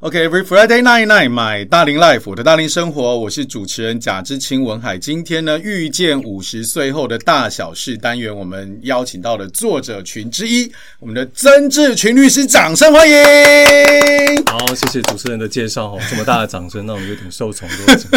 OK，Every、Friday Night Night 买大龄 Life，我的大龄生活，我是主持人贾之清文海。今天呢，遇见五十岁后的大小事单元，我们邀请到了作者群之一，我们的曾志群律师，掌声欢迎！好，谢谢主持人的介绍哦，这么大的掌声让我有点受宠若 惊。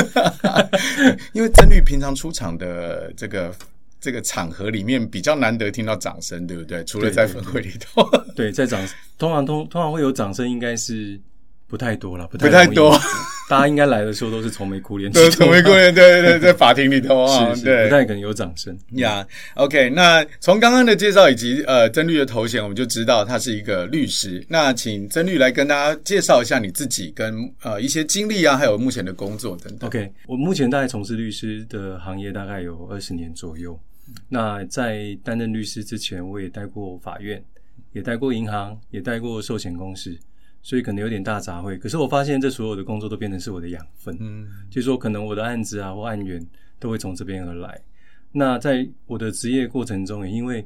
因为曾律平常出场的这个这个场合里面，比较难得听到掌声，对不对？除了在对分会里头， 对，在掌通常通通常会有掌声，应该是不太多了，不不太容易多。大家应该来的时候都是愁眉苦脸， 对，成为过人，对对对，在法庭里头啊，是是对不，太可能有掌声。呀、o k 那从刚刚的介绍以及呃曾律的头衔，我们就知道他是一个律师。那请曾律来跟大家介绍一下你自己跟呃一些经历啊，还有目前的工作等等。 OK，我目前大概从事律师的行业大概有二十年左右。那在担任律师之前，我也待过法院，也待过银行，也待过寿险公司，所以可能有点大杂烩。可是我发现这所有的工作都变成是我的养分。嗯就是说可能我的案子啊或案源都会从这边而来。那在我的职业过程中，也因为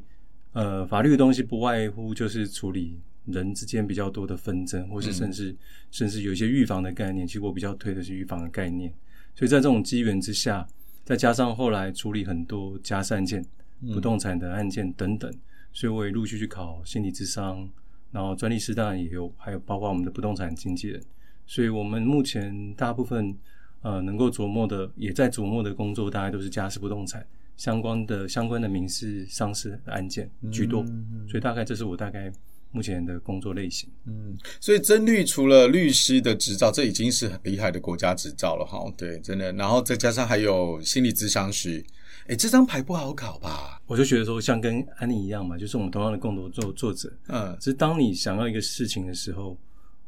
呃法律的东西不外乎就是处理人之间比较多的纷争，或是甚至、甚至有一些预防的概念，其实我比较推的是预防的概念。所以在这种机缘之下，再加上后来处理很多家事案件、嗯不动产的案件等等，所以我也陆续去考心理智商，然后专利师当然也有，还有包括我们的不动产经纪人。所以我们目前大部分呃能够琢磨的，也在琢磨的工作，大概都是家事不动产相关的相关的民事、商事案件居多。嗯所以大概这是我大概目前的工作类型。嗯，所以曾律除了律师的执照，这已经是很厉害的国家执照了哈。对，真的。然后再加上还有心理咨商师，诶，这张牌不好考吧？我就觉得说，像跟安妮一样嘛，就是我们同样的共同作作者，嗯只是当你想要一个事情的时候，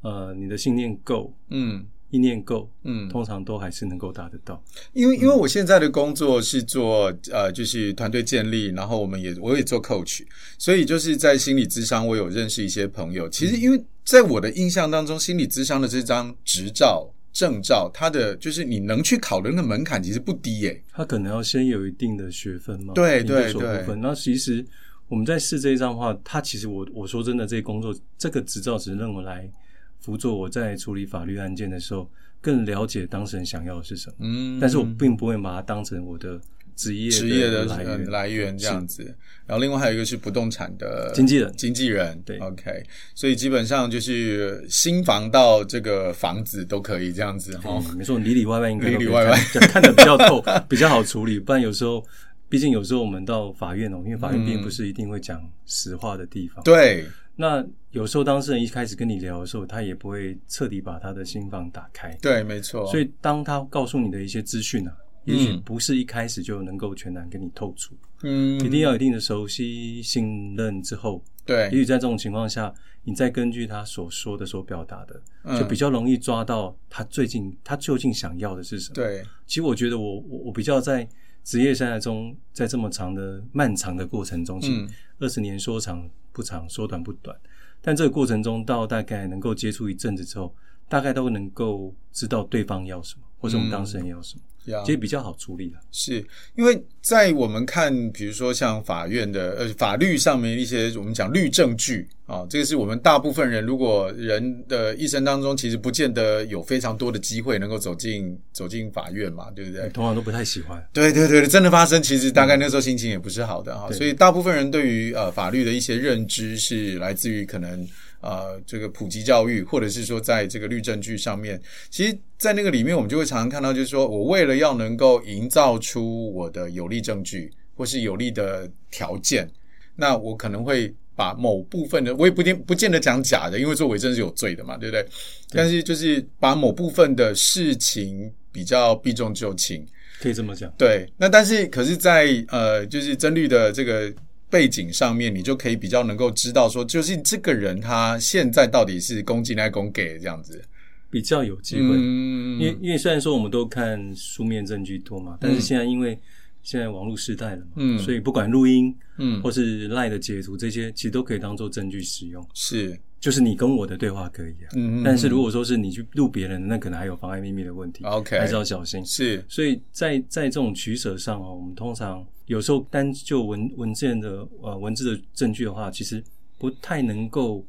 呃，你的信念够，嗯意念够，嗯，通常都还是能够达得到。因为因为我现在的工作是做呃，就是团队建立，然后我们也我也做 coach，所以就是在心理咨商，我有认识一些朋友。其实因为在我的印象当中，心理咨商的这张执照证照，它的就是你能去考的那个门槛其实不低耶、他可能要先有一定的学分嘛，对研对究所对部分。那其实我们在试这一张的话，他其实我我说真的，这工作这个执照只是让我来辅佐我在处理法律案件的时候，更了解当事人想要的是什么。嗯，但是我并不会把它当成我的职业职业的来呃源。来源这样子。然后另外还有一个是不动产的经纪人经纪人对，OK，所以基本上就是新房到这个房子都可以这样子哈。嗯，没错，里里外外应该都可以里里外外看看得比较透， 比较好处理。不然有时候，毕竟有时候我们到法院哦，因为法院并不是一定会讲实话的地方。对，那有时候当事人一开始跟你聊的时候，他也不会彻底把他的心房打开，对，啊没错。所以当他告诉你的一些资讯啊，也许不是一开始就能够全然跟你透出，嗯，一定要有一定的熟悉、信任之后，对，也许在这种情况下，你再根据他所说的、所表达的，嗯就比较容易抓到他最近他究竟想要的是什么。对，其实我觉得我我我比较在职业生涯中，在这么长的漫长的过程中，其实嗯二十年说长不长，说短不短，但这个过程中到大概能够接触一阵子之后，大概都能够知道对方要什么，或者我们当事人要什么，呀其，实比较好处理了。是因为在我们看，比如说像法院的呃法律上面一些我们讲律证据啊、这个是我们大部分人如果人的一生当中，其实不见得有非常多的机会能够走进走进法院嘛，对不对？通常都不太喜欢，对对对，真的发生，其实大概那时候心情也不是好的哈，对所以大部分人对于呃法律的一些认知是来自于可能呃这个普及教育，或者是说在这个律政剧上面，其实，在那个里面我们就会常常看到，就是说我为了要能够营造出我的有利证据或是有利的条件，那我可能会把某部分的，我也不见不见得讲假的，因为做伪证是有罪的嘛，对不对？但是就是把某部分的事情比较避重就轻。可以这么讲。对，那但是可是在，呃，就是曾律的这个背景上面，你就可以比较能够知道说，就是这个人他现在到底是攻进还是攻给这样子。比较有机会，嗯，因为因为虽然说我们都看书面证据多嘛，但是现在因为现在网络时代了嘛，嗯所以不管录音嗯或是赖的截图，这些其实都可以当做证据使用。是就是你跟我的对话可以啊，嗯嗯嗯但是如果说是你去录别人的，那可能还有妨碍秘密的问题嗯 OK 还是要小心。是所以在在这种取舍上哦，我们通常有时候单就文文件的呃文字的证据的话，其实不太能够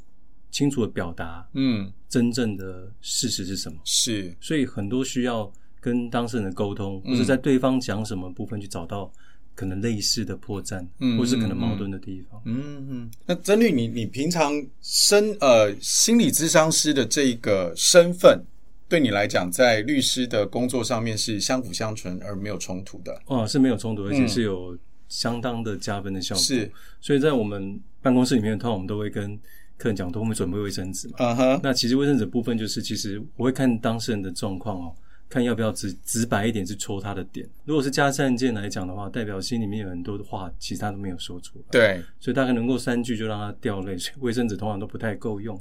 清楚的表达嗯，真正的事实是什么，是，所以很多需要跟当事人的沟通，嗯或者在对方讲什么部分去找到可能类似的破绽，嗯或是可能矛嗯嗯盾的地方。嗯嗯。那曾律，你你平常身呃心理咨商师的这一个身份，对你来讲，在律师的工作上面是相辅相成而没有冲突的。哦，是没有冲突，而且嗯是有相当的加分的效果。是，所以在我们办公室里面，通常我们都会跟客人讲，都会准备卫生纸嘛。嗯哼，那其实卫生纸部分就是，其实我会看当事人的状况哦，看要不要直直白一点去戳他的点。如果是家事案件来讲的话，代表心里面有很多的话，其实他都没有说出来，对，所以大概能够三句就让他掉泪。所以卫生纸通常都不太 够用，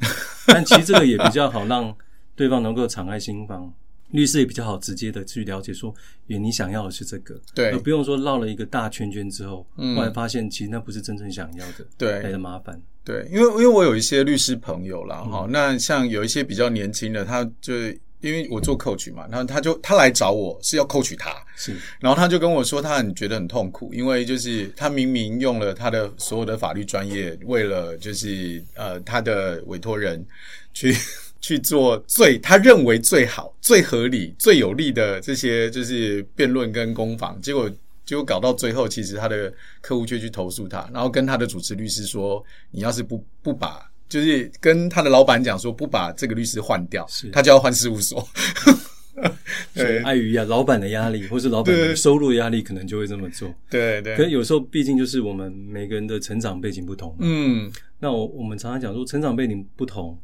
但其实这个也比较好，让对方能够敞开心房。律师也比较好直接的去了解说，原你想要的是这个，而对，不用说绕了一个大圈圈之后，嗯后来发现其实那不是真正想要的，对来的麻烦。对，因为因为我有一些律师朋友啦，哈、那像有一些比较年轻的，他就因为我做 coach 嘛，然后他就他来找我是要 coach 他，是，然后他就跟我说，他很觉得很痛苦，因为就是他明明用了他的所有的法律专业，为了就是呃他的委托人去去做最他认为最好、最合理、最有利的这些就是辩论跟攻防，结果结果搞到最后，其实他的客户却去投诉他，然后跟他的主持律师说，你要是不不把。就是跟他的老板讲说，不把这个律师换掉是，他就要换事务 所。所以对碍于呀老板的压力，或是老板对的收入压力，可能就会这么做。 对可是对，有时候，毕竟就是我们每个人的成长背景不同嘛。嗯，那我我们常常讲说，成长背景不同，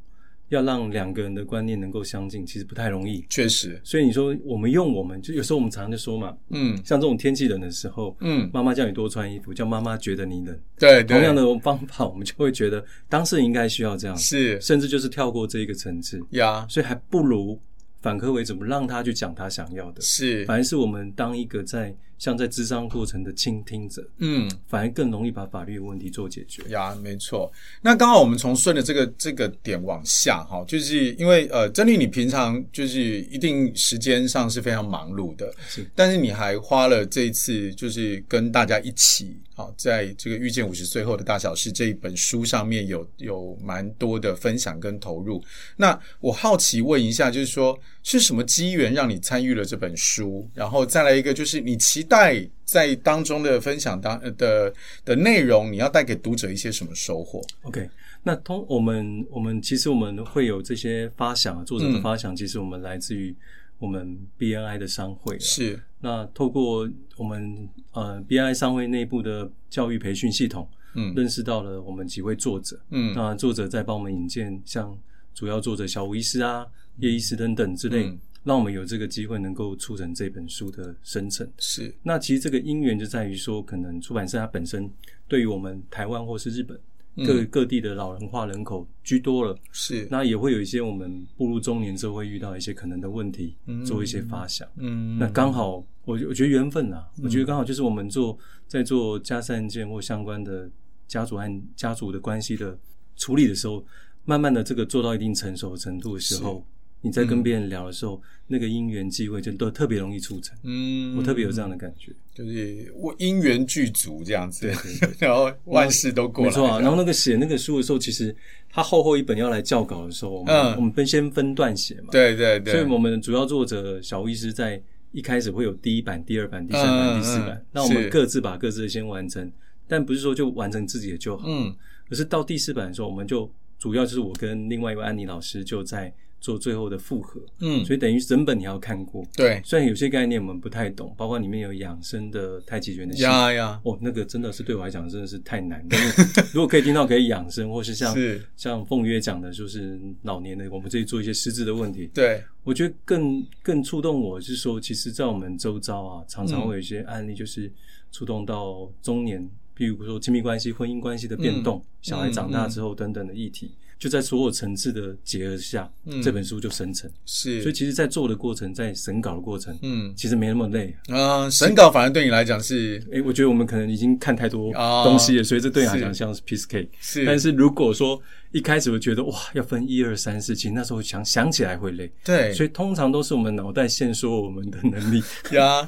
要让两个人的观念能够相近，其实不太容易。确实，所以你说我们用我们，就有时候我们常常就说嘛，嗯像这种天气冷的时候，嗯，妈妈叫你多穿衣服，叫妈妈觉得你冷。对，对同样的方法，我们就会觉得当事人应该需要这样，是嗯甚至就是跳过这一个层次，呀，所以还不如反客为主，让他去讲他想要的。是，反而是我们当一个在像在智商过程的倾听者，嗯，反而更容易把法律问题做解决。呀，没错。那刚好我们从顺着这个这个点往下哈，就是因为呃，珍妮，你平常就是一定时间上是非常忙碌的，是但是你还花了这一次就是跟大家一起啊，在这个《遇见五十岁后的大小事》这一本书上面有有蛮多的分享跟投入。那我好奇问一下，就是说是什么机缘让你参与了这本书？然后再来一个，就是你期待在当中的分享当呃的的内容，你要带给读者一些什么收获？ OK，那通我们我们其实我们会有这些发想啊，作者的发嗯想，其实我们来自于我们 BNI 的商会、啊。是，那透过我们呃 BNI 商会内部的教育培训系统，嗯认识到了我们几位作者。嗯那作者在帮我们引荐，像主要作者小吴医师啊、叶医师等等之类，嗯让我们有这个机会能够促成这本书的生成。是，那其实这个因缘就在于说，可能出版社它本身对于我们台湾或是日本各、嗯各地的老人化人口居多了，是，那也会有一些我们步入中年之后会遇到一些可能的问题，嗯做一些发想。嗯那刚好，我我觉得缘分啊，我觉得刚好就是我们做在做家事案件或相关的家族案家族的关系的处理的时候，慢慢的这个做到一定成熟的程度的时候，你在嗯跟别人聊的时候，那个因缘际会就都特别容易促成。嗯我特别有这样的感觉，就是我因缘具足这样子，对对然后万事都过 没来。哎错啊。然后那个写那个书的时候，其实他厚厚一本要来校稿的时候，我们、嗯我们分先分段写嘛，对对对，所以我们主要作者小吴医师在一开始会有第一版、第二版、第三嗯版、第四版嗯，那我是们各自把各自的先完成，但不是说就完成自己的就好，嗯而是到第四版的时候，我们就主要就是我跟另外一位安妮老师就在做最后的复合，嗯，所以等于整本你要看过。对虽然有些概念我们不太懂，包括里面有养生的太极拳的戏，呀呀哦，那个真的是对我来讲真的是太难。但 是如果可以听到可以养生，或是像是像凤约讲的，就是老年的我们这里做一些失智的问题，对我觉得更更触动我是说，其实，在我们周遭啊，常常会有一些案例，就是触动到中年，比如说亲密关系、婚姻关系的变嗯动，小孩长大之后等等的议题，就在所有层次的结合下，嗯这本书就生成。是，所以，其实，在做的过程，在审稿的过程，嗯其实没那么累。啊，审稿反而对你来讲是诶，哎我觉得我们可能已经看太多啊东西了，所以这对我来是讲像是 piece cake。是，但是如果说一开始我觉得哇，要分一二三四，其实那时候想想起来会累。对， 所以通常都是我们脑袋限缩我们的能力。呀，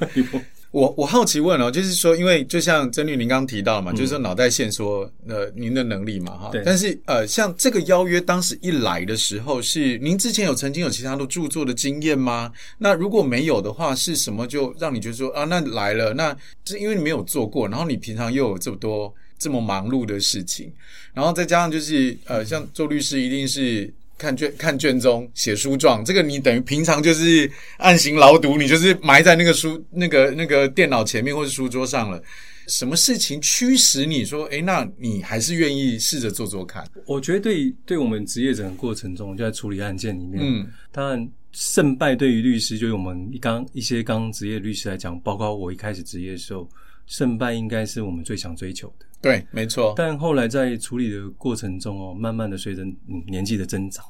我我好奇问哦，就是说，因为就像曾律您刚提到嘛，就是说脑袋线说呃您的能力嘛哈嗯对，但是呃像这个邀约当时一来的时候是，您之前有曾经有其他的著作的经验吗？那如果没有的话，是什么就让你觉得说啊那来了，那是因为你没有做过，然后你平常又有这么多这么忙碌的事情，然后再加上就是呃像做律师一定是。看卷看卷宗写书状，这个你等于平常就是按行劳读，你就是埋在那个书那个那个电脑前面或是书桌上了。什么事情驱使你说，诶，那你还是愿意试着做做看？我觉得对对我们职业整个过程中，就在处理案件里面，嗯当然胜败对于律师，就是我们一刚一些刚职业律师来讲，包括我一开始职业的时候，胜败应该是我们最想追求的。对，没错，但后来在处理的过程中哦，慢慢的随着嗯年纪的增长，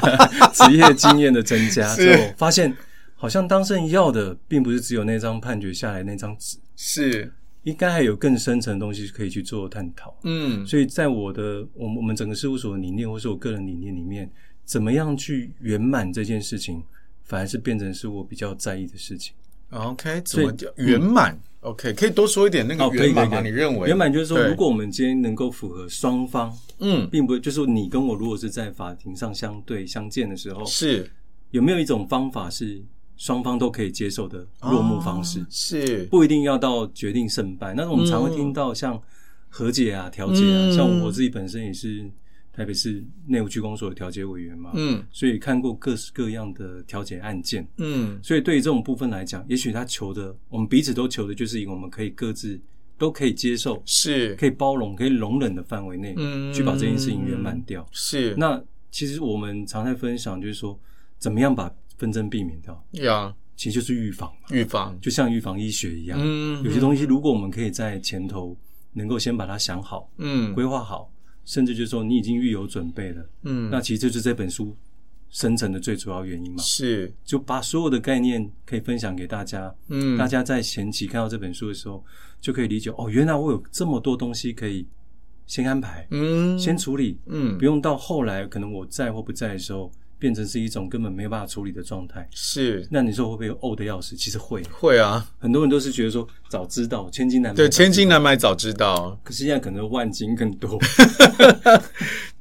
啊 职业经验的增加是之后，发现好像当事人要的并不是只有那张判决下来那张纸，是，应该还有更深层的东西可以去做探讨。嗯，所以在我的我们我们整个事务所的理念，或是我个人理念里面，怎么样去圆满这件事情，反而是变成是我比较在意的事情。 OK，怎所以么叫圆满、o k 可以多说一点那个哦可以圆满吗？可以可以你认为圆满就是说，对如果我们今天能够符合双方，嗯并不就是你跟我如果是在法庭上相对相见的时候，是有没有一种方法是双方都可以接受的落幕方式？哦是不一定要到决定胜败。那我们常会听到像和解啊、调解啊，嗯像我自己本身也是台北市内务区公所的调解委员嘛，嗯所以看过各式各样的调解案件。嗯所以对于这种部分来讲，也许他求的，我们彼此都求的就是一个我们可以各自都可以接受、是可以包容、可以容忍的范围内，嗯去把这件事情圆满掉。是那其实我们常在分享，就是说怎么样把纷争避免掉，呀，其实就是预防嘛，预防就像预防医学一样。嗯有些东西如果我们可以在前头能够先把它想好、嗯规划好，甚至就是说你已经预有准备了，嗯那其实就是这本书生成的最主要原因嘛。是就把所有的概念可以分享给大家，嗯大家在前期看到这本书的时候，就可以理解哦，原来我有这么多东西可以先安排、嗯先处理，嗯不用到后来可能我在或不在的时候，变成是一种根本没有办法处理的状态。是那你说会不会呕的要死？其实会，会啊，很多人都是觉得说早知道千金难买对，早知道千金难买早知道，可是现在可能万金 更多。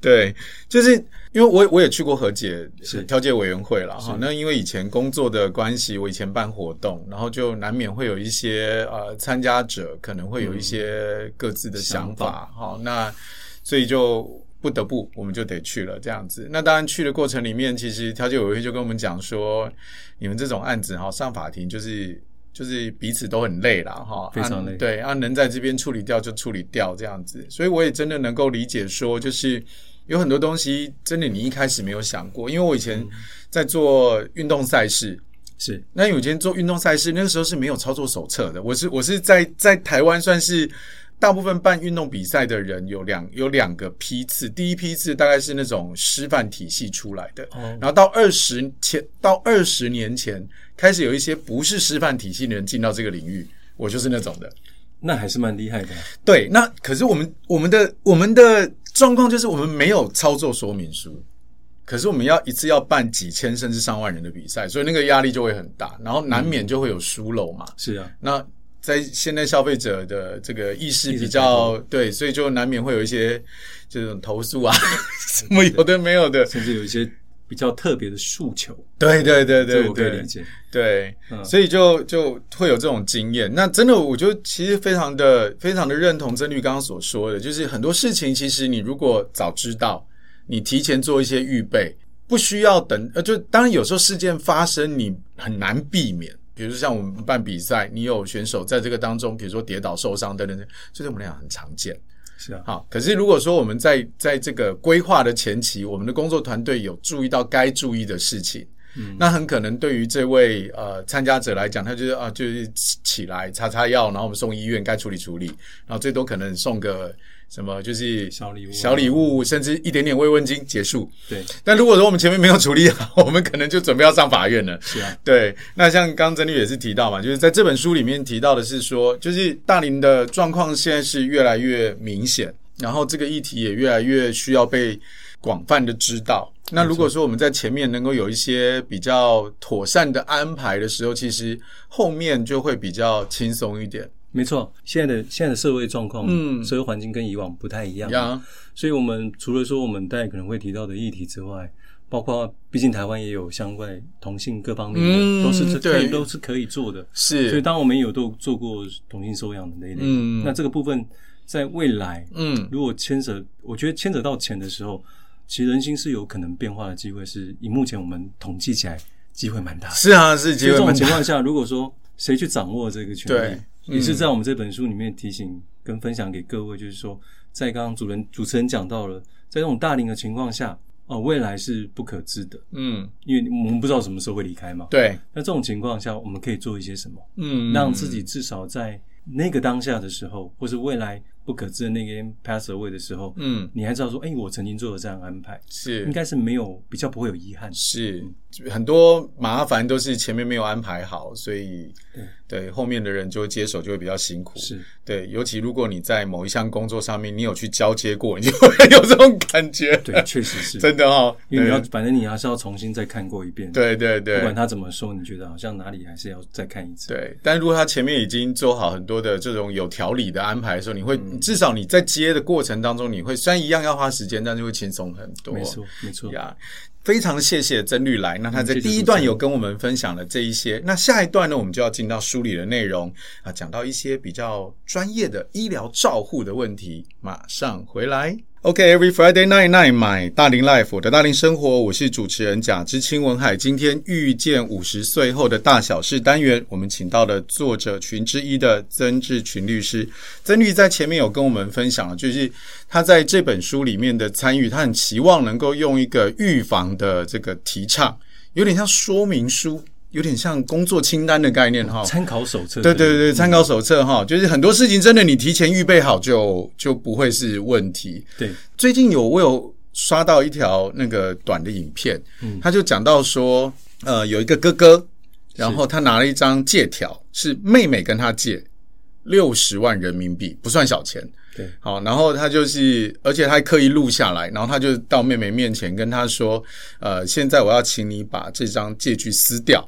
对，就是因为我我也去过和解是调解委员会了是哈。那因为以前工作的关系，我以前办活动，然后就难免会有一些呃参加者可能会有一些各自的想法哈、那所以就。不得不，我们就得去了这样子。那当然去的过程里面，其实调解委员会就跟我们讲说，你们这种案子哈，上法庭就是就是彼此都很累了哈，非常累啊对啊，能在这边处理掉就处理掉这样子，所以我也真的能够理解说，就是有很多东西真的你一开始没有想过，因为我以前嗯在做运动赛事。是那有以前做运动赛事，那个时候是没有操作手册的。我是我是在在台湾算是大部分办运动比赛的人有两有两个批次，第一批次大概是那种师范体系出来的，哦然后到二十前到二十年前开始有一些不是师范体系的人进到这个领域，我就是那种的。那还是蛮厉害的。啊对，那可是我们我们的我们的状况就是我们没有操作说明书，可是我们要一次要办几千甚至上万人的比赛，所以那个压力就会很大，然后难免就会有疏漏嘛。是啊，那在现在消费者的这个意识意识比较对，所以就难免会有一些这种投诉啊， 什么有的没有的。甚至有一些比较特别的诉求，对对对对这对，我可以理解。 对，嗯所以就就会有这种经验。那真的，我就其实非常的非常的认同曾律刚刚所说的，就是很多事情其实你如果早知道，你提前做一些预备，不需要等。呃，就当然有时候事件发生，你很难避免。比如像我们办比赛，你有选手在这个当中，比如说跌倒、受伤等等，这对我们来讲很常见。是啊，好，可是如果说我们在在这个规划的前期，我们的工作团队有注意到该注意的事情，嗯那很可能对于这位呃参加者来讲，他就是啊就是起起来擦擦药，然后我们送医院该处理处理，然后最多可能送个什么就是小礼物啊小礼物，甚至一点点慰问金结束。对，但如果说我们前面没有处理好，我 们可能就准备要上法院了。是啊，对，那像刚刚曾律也是提到嘛，就是在这本书里面提到的是说，就是大龄的状况现在是越来越明显，然后这个议题也越来越需要被广泛的知道。那如果说我们在前面能够有一些比较妥善的安排的时候，其实后面就会比较轻松一点。没错，现在的现在的社会状况，嗯社会环境跟以往不太一样，呀，所以我们除了说我们待可能会提到的议题之外，包括毕竟台湾也有相关同性各方面的，嗯都是可对以都是可以做的。所以是，当我们有都做过同性收养的那一类，嗯那这个部分在未来嗯，如果牵扯，我觉得牵扯到钱的时候，其实人心是有可能变化的机会是，以目前我们统计起来机会蛮大的。是啊，是所以结这婚种蛮情大，况下，如果说谁去掌握这个权利，对也嗯是在我们这本书里面提醒跟分享给各位，就是说，在刚刚主人主持人讲到了，在这种大龄的情况下，哦、未来是不可知的，嗯，因为我们不知道什么时候会离开嘛。对，那这种情况下，我们可以做一些什么，嗯，让自己至少在那个当下的时候，或是未来不可知的那个 pass away 的时候，嗯你还知道说，哎、我曾经做了这样的安排，是应该是没有比较不会有遗憾。是很多麻烦都是前面没有安排好，所以对后面的人就会接手就会比较辛苦。是，对，尤其如果你在某一项工作上面你有去交接过，你就会有这种感觉。 对，确实是。 真的哦，因为你要，反正你还是要重新再看过一遍。，对对对不管对他怎么说，你觉得好像哪里还是要再看一次。，对。但如果他前面已经做好很多的这种有条理的安排的时候，你会、嗯至少你在接的过程当中，你会虽然一样要花时间，但是会轻松很多。没错，没错。呀。非常谢谢曾绿来，那他在嗯谢谢第一段有跟我们分享了这一些，那下一段呢，我们就要进到书里的内容啊，讲到一些比较专业的医疗照护的问题，马上回来。OK，Every、Friday night night，买大龄 life，我的大龄生活，我是主持人贾之清文海。今天遇见五十岁后的大小事单元，我们请到了作者群之一的曾志群律师。曾律在前面有跟我们分享了，就是他在这本书里面的参与，他很期望能够用一个预防的这个提倡，有点像说明书，有点像工作清单的概念哈。参考手册。对对对，对参考手册哈，就是很多事情真的你提前预备好就就不会是问题。对，最近有我有刷到一条那个短的影片，他就讲到说，呃，有一个哥哥，然后他拿了一张借条，是妹妹跟他借六十万人民币，不算小钱。对好，然后他就是，而且他还刻意录下来，然后他就到妹妹面前跟她说：“呃，现在我要请你把这张借据撕掉。”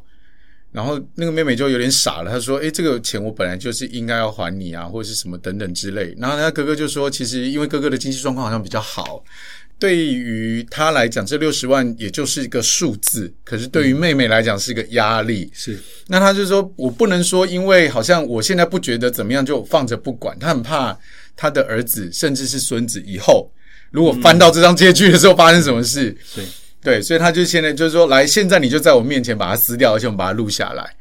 然后那个妹妹就有点傻了，她说：“诶，这个钱我本来就是应该要还你啊，或者是什么等等之类。”然后他哥哥就说：“其实因为哥哥的经济状况好像比较好，对于他来讲，这六十万也就是一个数字，可是对于妹妹来讲是一个压力。是那他就说，我不能说，因为好像我现在不觉得怎么样，就放着不管。他很怕他的儿子，甚至是孙子以后，如果翻到这张借据的时候发生什么事，对对，所以他就现在就是说，来，现在你就在我面前把它撕掉，而且我们把它录下来。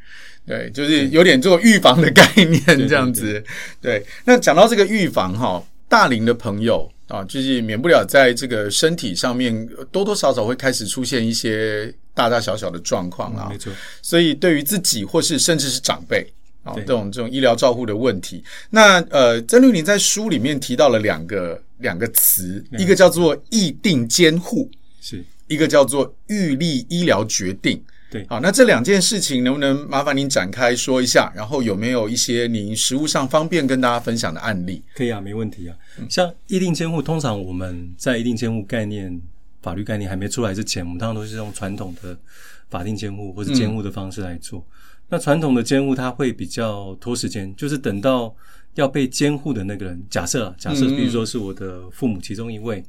对，就是有点这种预防的概念这样子。对，那讲到这个预防哈，大龄的朋友啊，就是免不了在这个身体上面多多少少会开始出现一些大大小小的状况啊。嗯没错。所以对于自己或是甚至是长辈啊、对这种这种医疗照护的问题，那呃，曾律宁在书里面提到了两个两个词，一个叫做议定监护，是一个叫做预立医疗决定。对好，那这两件事情能不能麻烦您展开说一下？然后有没有一些您实务上方便跟大家分享的案例？可以啊，没问题啊。像一定监护，通常我们在一定监护概念、法律概念还没出来之前，我们通常都是用传统的法定监护或是监护的方式来做。那传统的监护，它会比较拖时间，就是等到要被监护的那个人，假设啊假设，嗯嗯比如说是我的父母其中一位，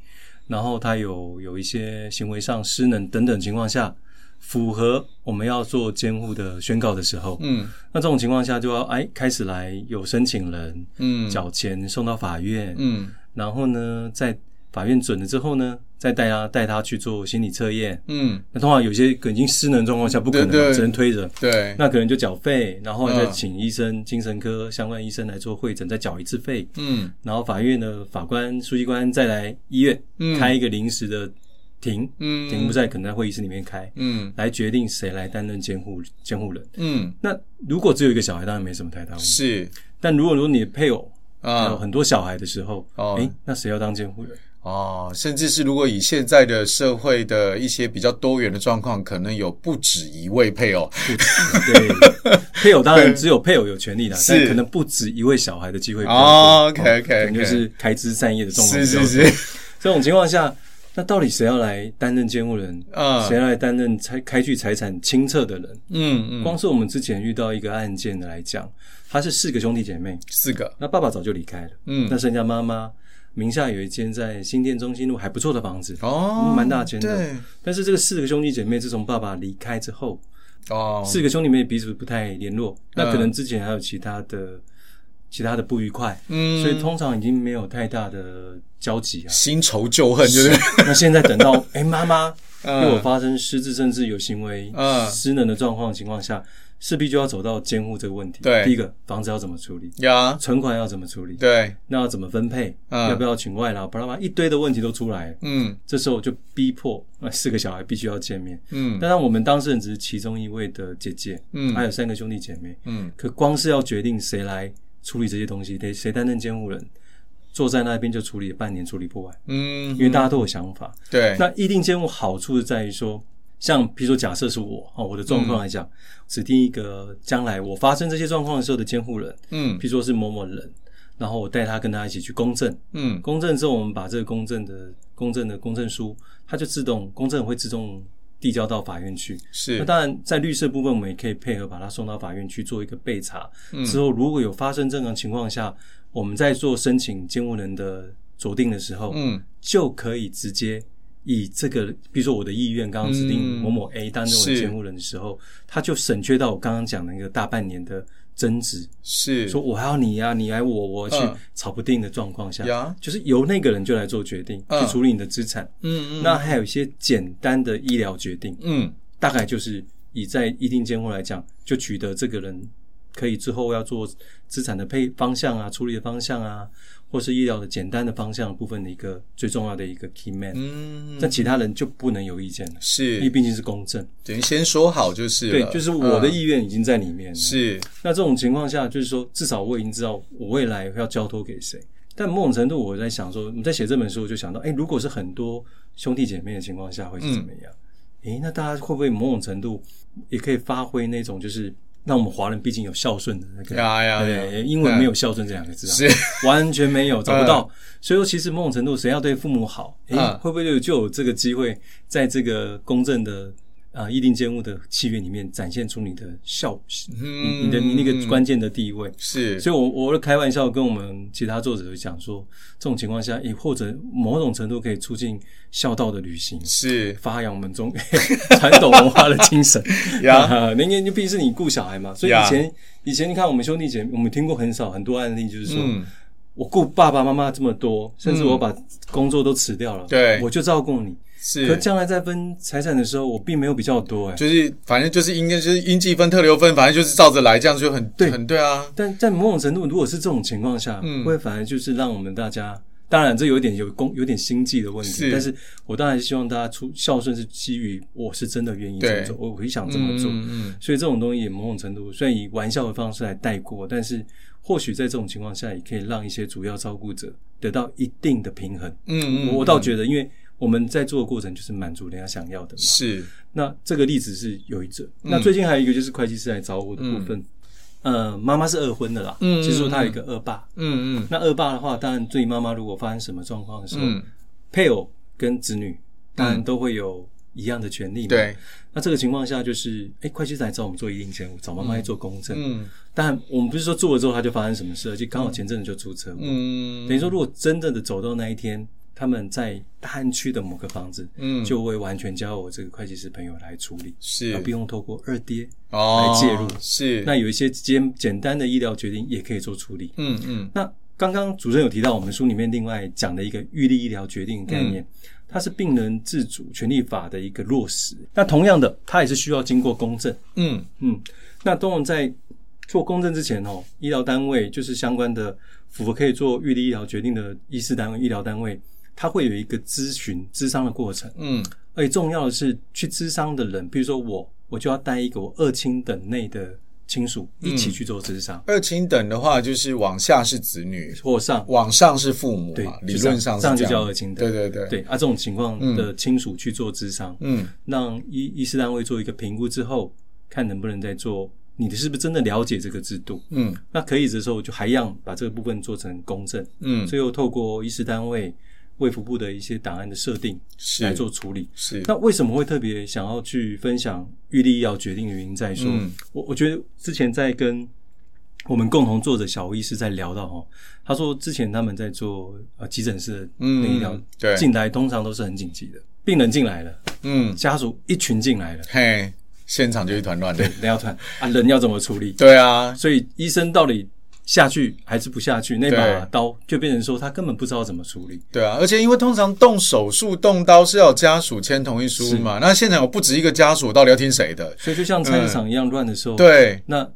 然后他有有一些行为上失能等等情况下，符合我们要做监护的宣告的时候，嗯那这种情况下就要哎开始来有申请人，嗯缴钱送到法院，嗯然后呢，在法院准了之后呢，再带他带他去做心理测验。嗯，那通常有些已经失能状况下不可能对嘛，对只能推着。对，那可能就缴费，然后再嗯请医生、精神科相关医生来做会诊，再缴一次费。嗯然后法院的法官、书记官再来医院、嗯开一个临时的庭，嗯庭不在可能在会议室里面开，嗯来决定谁来担任监护监护人。嗯，那如果只有一个小孩，当然没什么太大问题。是但如果如果你的配偶还有啊很多小孩的时候，哦哎、那谁要当监护人？哦，甚至是如果以现在的社会的一些比较多元的状况，可能有不止一位配偶。对，配偶当然只有配偶有权利 啦，是但可能不止一位小孩的机会比较多。哦，OK 可 OK 能就 OK，是开枝散叶的状况。是是，是，这种情况下，那到底谁要来担任监护人？啊，谁要来担任拆开具财产清册的人？嗯嗯，光是我们之前遇到一个案件的来讲，他是四个兄弟姐妹，四个，那爸爸早就离开了，嗯那，剩下妈妈名下有一间在新店中心路还不错的房子，哦，蛮大间的对，但是这个四个兄弟姐妹自从爸爸离开之后，哦，嗯四个兄弟妹彼此不太联络，那可能之前还有其他的其他的不愉快，嗯，所以通常已经没有太大的交集啊。 新仇旧恨，就是那现在等到哎妈妈嗯对我发生失智，甚至有行为嗯失能的状况的情况下，势必就要走到监护这个问题。对第一个房子要怎么处理，呀，存款要怎么处理，对，那那要怎么分配，嗯要不要请外劳，巴拉巴拉一堆的问题都出来了。嗯这时候就逼迫呃四个小孩必须要见面。嗯当然，我们当事人只是其中一位的姐姐，嗯还有三个兄弟姐妹。嗯，可光是要决定谁来处理这些东西，得谁担任监护人，坐在那边就处理半年，处理不完，嗯，因为大家都有想法。对，那议定监护好处是在于说，像譬如说，假设是我哦，我的状况来讲，嗯指定一个将来我发生这些状况的时候的监护人，嗯譬如说是某某人，然后我带他跟他一起去公证，嗯公证之后，我们把这个公证的公证的公证书，它就自动公证会自动递交到法院去。那是，当然，在律师的部分，我们也可以配合把它送到法院去做一个备查。嗯之后，如果有发生这种情况下，我们在做申请监护人的酌定的时候，嗯就可以直接以这个，比如说我的意愿，刚刚指定嗯某某 A 担任我的是监护人的时候，他就省却到我刚刚讲的那个大半年的争执，是，说我还要你呀、你来我，我去嗯吵不定的状况下，呀，就是由那个人就来做决定，嗯去处理你的资产。嗯嗯那还有一些简单的医疗决定，嗯大概就是以在一定监护来讲，就取得这个人可以之后要做资产的配方向啊、处理的方向啊，或是医疗的简单的方向啊部分的一个最重要的一个 key man。嗯，那其他人就不能有意见了，因为是毕竟是公证，等于先说好就是对了，就是我的嗯意愿已经在里面了。是，那这种情况下，就是说，至少我已经知道我未来要交托给谁。但某种程度，我在想说，你在写这本书，我就想到，哎、如果是很多兄弟姐妹的情况下，会是怎么样？哎、嗯那大家会不会某种程度也可以发挥那种，就是让我们华人毕竟有孝顺的那个，呀呀对不对呀英文没有孝顺这两个字啊，是完全没有找不到。所以说，其实某种程度，谁要对父母好，哎、嗯会不会就有就有这个机会，在这个公正的啊、呃、议定监护的契约里面，展现出你的孝，你你嗯的你那个关键的地位。是，所以我，我会开玩笑跟我们其他作者讲说，这种情况下，也或者某种程度可以促进孝道的旅行，是发扬我们中 传统文化的 精神。呀，啊，那因为就毕竟是你顾小孩嘛，所以呀以前以前你看我们兄弟姐妹，我们听过很少很多案例，就是说、嗯我顾爸爸妈妈这么多，甚至我把工作都辞掉了，对我就照顾你。可是。将来在分财产的时候，我并没有比较多哎、就是，反正就是应该就是应计分、特留分，反正就是照着来，这样就很对很对啊。但在某种程度，如果是这种情况下，嗯会反而就是让我们大家，当然这有一点有公有点心计的问题，是但是我当然希望大家出孝顺是基于我是真的愿意这么对做，我我想这么做，嗯嗯所以这种东西也某种程度虽然以玩笑的方式来带过，但是或许在这种情况下，也可以让一些主要照顾者得到一定的平衡。嗯嗯，我倒觉得，因为我们在做的过程就是满足人家想要的嘛。是那这个例子是有一则。嗯那最近还有一个就是会计师来找我的部分，呃，妈妈是二婚的啦，嗯其实说她有一个二爸。嗯嗯那二爸的话，当然对妈妈如果发生什么状况的时候，嗯，配偶跟子女当然都会有一样的权利嘛。嗯对，那这个情况下就是，哎、会计师来找我们做一定监护，找妈妈去做公证。嗯但我们不是说做了之后他就发生什么事，而且刚好前阵子就出车祸。嗯，等于说，如果真正的走到那一天，他们在大安区的某个房子，嗯就会完全交由我这个会计师朋友来处理，是而不用透过二爹。哦来介入是那有一些简简单的医疗决定也可以做处理。嗯嗯那刚刚主任有提到我们书里面另外讲的一个预立医疗决定概念，它是病人自主权利法的一个落实。那同样的，它也是需要经过公证。嗯嗯，那通常在做公证之前哦，医疗单位就是相关的符合可以做预立医疗决定的医师单位、医疗单位，它会有一个咨询、咨商的过程。嗯而且重要的是，去咨商的人，比如说我，我就要带一个我二亲等内的亲属嗯一起去做咨商，二亲等的话，就是往下是子女，或上往上是父母嘛，对理论上是这样这样就叫二亲对等嗯对对，对啊，这种情况的亲属去做咨商，嗯让医医师单位做一个评估之后，看能不能再做，你的是不是真的了解这个制度？嗯那可以的时候，就还一样把这个部分做成公证，嗯最后透过医师单位卫福部的一些档案的设定是来做处理。是那为什么会特别想要去分享预立要决定的原因在于说，嗯我我觉得之前在跟我们共同作者小吴医师在聊到哦，他说之前他们在做呃急诊室的那医疗嗯对进来，通常都是很紧急的，病人进来了，嗯家属一群进来了，嘿，现场就一团乱的，人要团啊，人要怎么处理？对啊，所以医生到底下去还是不下去？那把对刀就变成说他根本不知道怎么处理。对啊，而且因为通常动手术动刀是要有家属签同意书嘛，那现场有不止一个家属，到底要听谁的？所以就像菜市场一样乱的时候，，嗯对那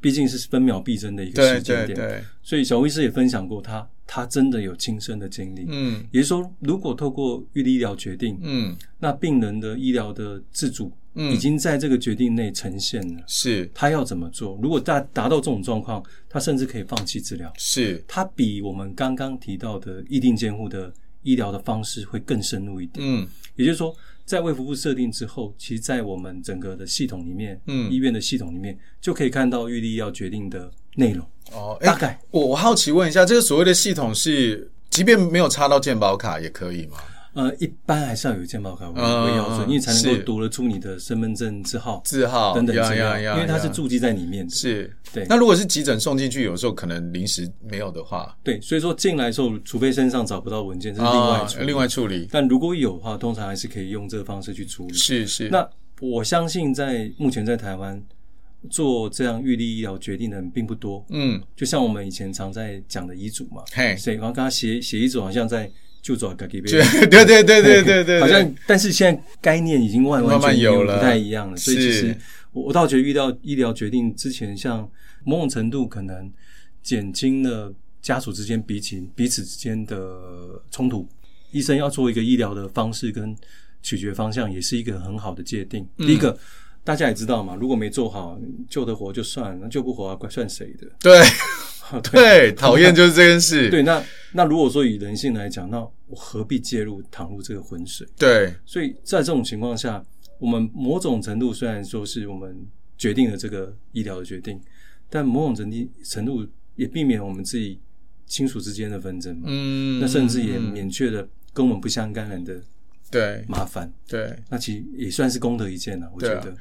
毕竟是分秒必争的一个对时间对点。对，所以小医师也分享过他，他真的有亲身的经历。嗯也就是说，如果透过预立医疗决定，嗯那病人的医疗的自主已嗯，经在这个决定内呈现了。是他要怎么做？如果达达到这种状况，他甚至可以放弃治疗。是，它比我们刚刚提到的议定监护的医疗的方式会更深入一点。嗯也就是说，在卫福部设定之后，其实，在我们整个的系统里面，嗯医院的系统里面，就可以看到预立要决定的内容。哦，哎、大概我我好奇问一下，这个所谓的系统是，即便没有插到健保卡也可以吗？呃，一般还是要有健保卡为嗯为要准，因为才能够是读得出你的身份证字号字号等等呀资料，啊呀呀因为它是呀注记在里面的。是，对那如果是急诊送进去，有时候可能临时没有的话，对，所以说进来的时候，除非身上找不到文件，这是另外啊处理。另外处理，但如果有的话，通常还是可以用这个方式去处理。是是，那我相信在目前在台湾做这样预立医疗决定的人并不多，嗯，就像我们以前常在讲的遗嘱嘛，嘿，谁然后跟他写写遗嘱，好像在就找个给别对人。 对对对对对对，好像，但是现在概念已经万万慢慢全有全了不太一样了，所以其是实我我倒觉得，遇到医疗决定之前，像某种程度可能减轻了家属之间彼此彼此之间的冲突。医生要做一个医疗的方式跟取决方向，也是一个很好的界定。嗯第一个，大家也知道嘛，如果没做好，救得活就算，了，救不活啊，怪算谁 的？对 对，讨厌就是这件事，对，那那如果说以人性来讲，那我何必介入淌入这个浑水？对所以在这种情况下，我们某种程度虽然说是我们决定了这个医疗的决定，但某种程度程度也避免我们自己亲属之间的纷争嘛。嗯，那甚至也免去了跟我们不相干人的对麻烦。对那其实也算是功德一件了，我觉对啊得。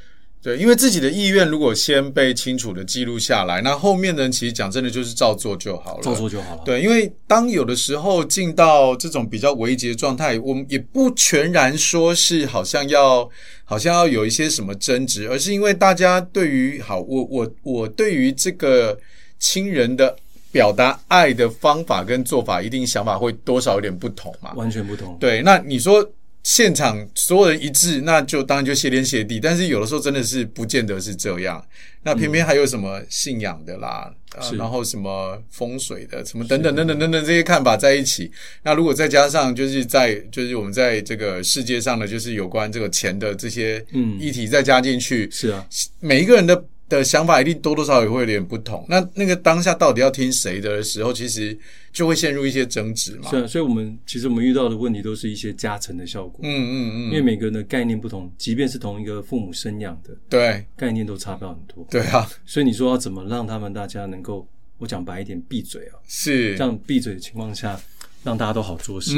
对，因为自己的意愿如果先被清楚的记录下来，那后面的人其实讲真的就是照做就好了，照做就好了。对，因为当有的时候进到这种比较危急的状态，我们也不全然说是好像要好像要有一些什么争执，而是因为大家对于好，我我我对于这个亲人的表达爱的方法跟做法，一定想法会多少有点不同嘛。完全不同。啊对，那你说现场所有人一致，那就当然就谢天谢地。但是有的时候真的是不见得是这样。那偏偏还有什么信仰的啦，啊嗯是然后什么风水的，什么等等等等等等这些看法在一起。那如果再加上就是在就是我们在这个世界上的就是有关这个钱的这些嗯议题再加进去，是啊，每一个人的的想法一定多多少少也会有点不同。那那个当下到底要听谁的时候，其实就会陷入一些争执嘛。是啊。所以，我们其实我们遇到的问题都是一些加成的效果，嗯嗯嗯，因为每个人的概念不同，即便是同一个父母生养的对概念，都差不了很多。对啊。所以你说要怎么让他们大家能够，我讲白一点，闭嘴啊，是这样闭嘴的情况下，让大家都好做事。嗯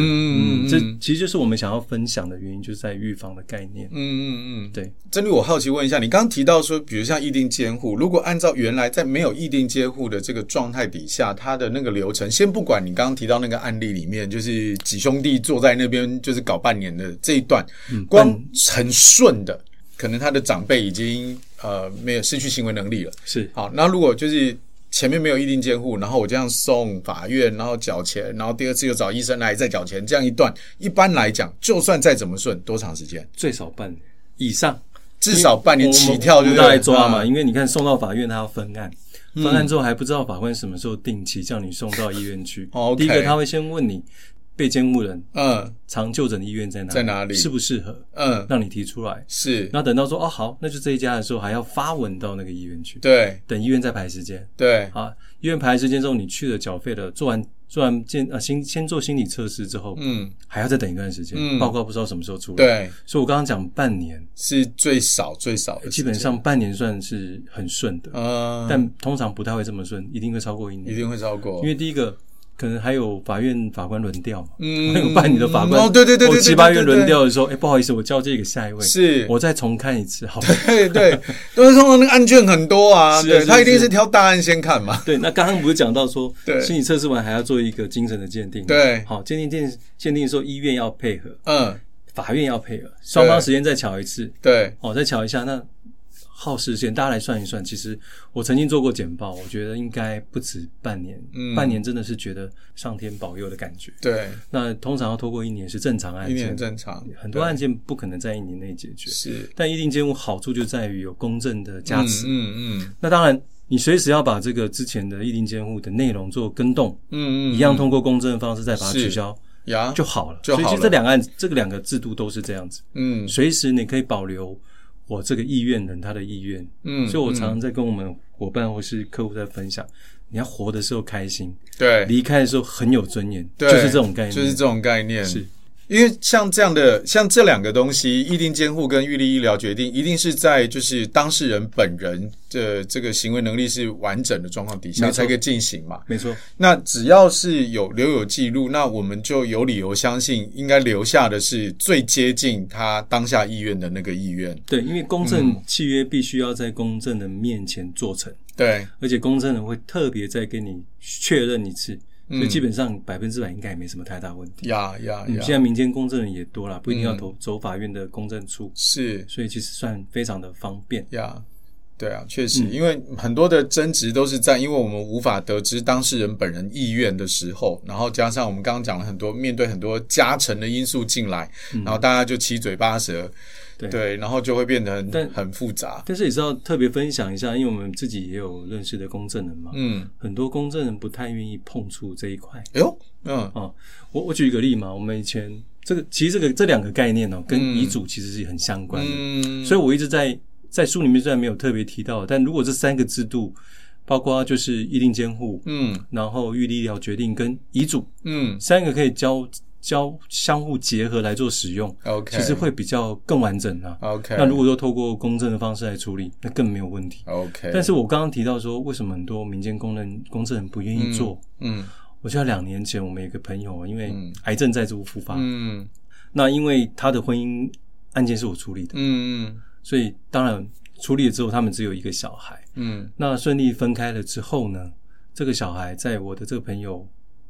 嗯嗯这其实就是我们想要分享的原因，就是在预防的概念。嗯嗯嗯，对，真律，我好奇问一下，你刚刚提到说，比如像议定监护，如果按照原来在没有议定监护的这个状态底下，它的那个流程，先不管你刚刚提到那个案例里面，就是几兄弟坐在那边就是搞半年的这一段，嗯光很顺的，可能他的长辈已经呃没有失去行为能力了。是好，那如果就是前面没有议定监护，然后我这样送法院，然后缴钱，然后第二次又找医生来再缴钱，这样一段，一般来讲，就算再怎么顺，多长时间？最少半年以上，至少半年起跳我就们是大概抓嘛。嗯因为你看送到法院，他要分案，分案之后还不知道法官什么时候定期叫你送到医院去。哦，OK 第一个他会先问你，被监护人嗯常就诊的医院在哪？在哪里适不适合？嗯，让你提出来。是，那等到说哦好，那就这一家的时候，还要发文到那个医院去。对等医院再排时间对，啊。医院排时间之后，你去了缴费了，做完做完健啊心先做心理测试之后，嗯还要再等一段时间，嗯报告不知道什么时候出来。，对，所以我刚刚讲半年，是最少最少的时间，基本上半年算是很顺的，嗯，但通常不太会这么顺，一定会超过一一年。定会超过，因为第一个，可能还有法院法官轮调嘛，嗯还有办理的法官哦对对对对哦对七八月对对对轮调的时候，哎，不好意思，我交这个下一位，是我再重看一次，好吧，对对，都是通常那个案卷很多啊，是啊对是他一定是是挑大案先看嘛。 对，那刚刚不是讲到说 对，心理测试完还要做一个精神的鉴定吗，对好，鉴定鉴鉴定的时候，医院要配合，嗯，法院要配合，双方对时间再瞧一次，对，哦，再瞧一下那耗时间，大家来算一算。其实我曾经做过简报，我觉得应该不止半年，嗯半年真的是觉得上天保佑的感觉。对，那通常要拖过一年是正常案一定很件，正常。哎很多案件不可能在一年内解决。是但一定监护好处就在于有公正的加嗯持。嗯嗯那当然，你随时要把这个之前的议定监护的内容做跟动，嗯嗯，一样嗯通过公正的方式再把它是取消呀，就好了。就好所以其了实这两个案，这个两个制度都是这样子。嗯随时你可以保留我这个意愿人他的意愿，嗯，所以我常嗯常在跟我们伙伴或是客户在分享，你要活的时候开心，对离开的时候很有尊严，对就是这种概念，就是这种概念是因为像这样的，像这两个东西，议定监护跟预立医疗决定，一定是在就是当事人本人的这个行为能力是完整的状况底下没错才可以进行嘛。没错，那只要是有留有记录，那我们就有理由相信，应该留下的是最接近他当下意愿的那个意愿。对，因为公证嗯契约必须要在公证人面前做成，对，而且公证人会特别再跟你确认一次，所以嗯基本上百分之百应该也没什么太大问题。呀呀嗯，现呀，在民间公证人也多了，不一定要投走法院的公证处，是所以其实算非常的方便。呀。对啊，确嗯实，因为很多的争执都是在因为我们无法得知当事人本人意愿的时候，然后加上我们刚刚讲了很多面对很多加成的因素进来，然后大家就七嘴八舌，嗯对对，然后就会变得很但很复杂。但是也是要特别分享一下，因为我们自己也有认识的公证人嘛，嗯，很多公证人不太愿意碰触这一块。哎呦，嗯，我我举一个例嘛，我们以前这个其实这个这两个概念哦，跟嗯遗嘱其实是很相关的，嗯，所以我一直在在书里面虽然没有特别提到，但如果这三个制度，包括就是议定监护，嗯然后预立医疗决定跟遗嘱嗯三个可以交交相互结合来做使用， ，OK，其实会比较更完整啊。 OK，那如果说透过公证的方式来处理，那更没有问题。 OK，但是我刚刚提到说，为什么很多民间工人、公证人不愿意做？嗯我记得两年前我们有一个朋友，因为嗯癌症再度复发，嗯那因为他的婚姻案件是我处理的，嗯所以当然处理了之后，他们只有一个小孩。嗯那顺利分开了之后呢，这个小孩在我的这个朋友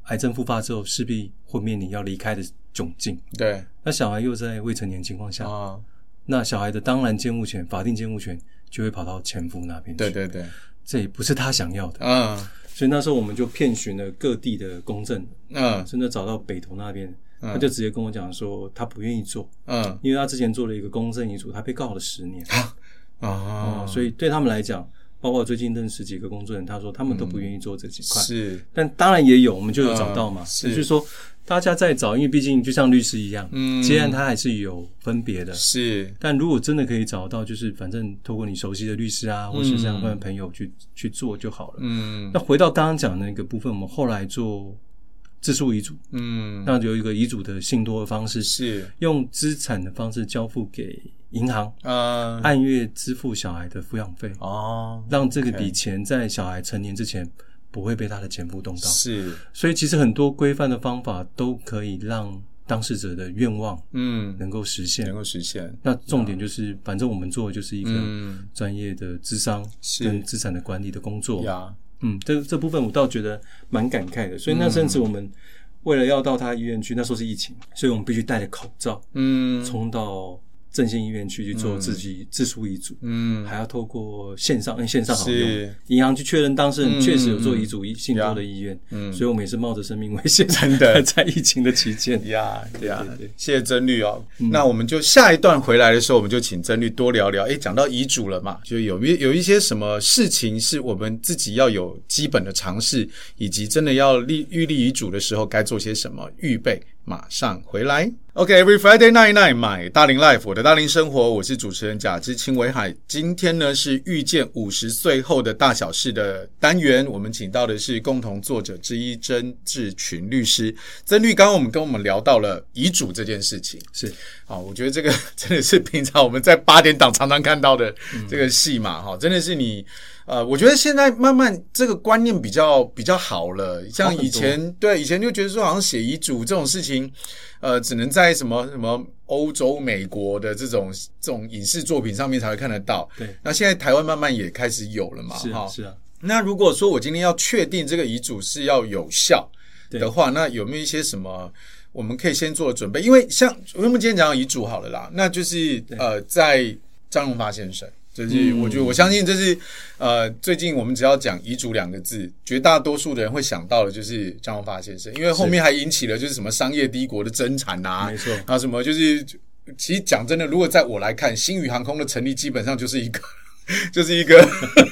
癌症复发之后，势必会面临要离开的窘境。嗯，对那小孩又在未成年情况下，啊，那小孩的当然监护权、法定监护权就会跑到前夫那边去。对，对对，这也不是他想要的。嗯所以那时候我们就遍寻了各地的公证，嗯真的找到北投那边，嗯他就直接跟我讲说他不愿意做，嗯因为他之前做了一个公证遗嘱，他被告了十年，啊哦，所以对他们来讲，包括我最近认识几个公证人，他说他们都不愿意做这几块，是但当然也有，我们就有找到嘛，嗯是只是说大家在找，因为毕竟就像律师一样，嗯接案他还是有分别的。是但如果真的可以找到，就是反正透过你熟悉的律师啊，或是相关的朋友去、去做就好了。嗯那回到刚刚讲的那个部分，我们后来做自述遗嘱，嗯那有一个遗嘱的信托的方式，是用资产的方式交付给银行，嗯按月支付小孩的抚养费，哦让这个 OK 笔钱在小孩成年之前不会被他的前夫动到。是所以其实很多规范的方法都可以让当事者的愿望嗯能够实能现。够实现那重点就是，反正我们做的就是一个嗯专业的智商是跟资产的管理的工作。呀嗯，这这部分我倒觉得蛮感慨的。所以那阵嗯子我们为了要到他医院去，那时候是疫情，所以我们必须戴着口罩嗯冲到振兴医院去去做自己自书遗嘱，嗯还要透过线上，因哎为线上好用是。银行去确认当事人确实有嗯做嗯嗯遗嘱信托的意愿，嗯所以我们也是冒着生命危险， 真的在疫情的 期间，呀呀对对，谢谢曾律哦。那我们就下一段回来的时候，我们就请曾律多聊聊。诶，讲到遗嘱了嘛，就有没有一些什么事情是我们自己要有基本的尝试，以及真的要立预立遗嘱的时候该做些什么预备？马上回来。OK，Every、Friday night night，买大龄 life，我的大龄生活，我是主持人贾之清伟海。今天呢是遇见五十岁后的大小事的单元，我们请到的是共同作者之一曾志群律师。曾律，刚刚我们跟我们聊到了遗嘱这件事情，是好，啊我觉得这 嗯个真的是平常我们在八点档常常看到的这个戏嘛，哈、真的是你呃，我觉得现在慢慢这个观念比较比较好了，像以前对以前就觉得说好像写遗嘱这种事情，呃，只能在什么什么欧洲、美国的这种这种影视作品上面才会看得到。对，那现在台湾慢慢也开始有了嘛，是哈啊，。是啊，那如果说我今天要确定这个遗嘱是要有效的话，那有没有一些什么我们可以先做的准备？因为像我们今天讲遗嘱好了啦，那就是呃，在张荣发先生，就是嗯我觉得我相信这是呃，最近我们只要讲遗嘱两个字，绝大多数的人会想到的就是张荣发先生，因为后面还引起了就是什么商业帝国的争产啊，没错，啊什么就是，其实讲真的，如果在我来看，星宇航空的成立基本上就是一个，就是一个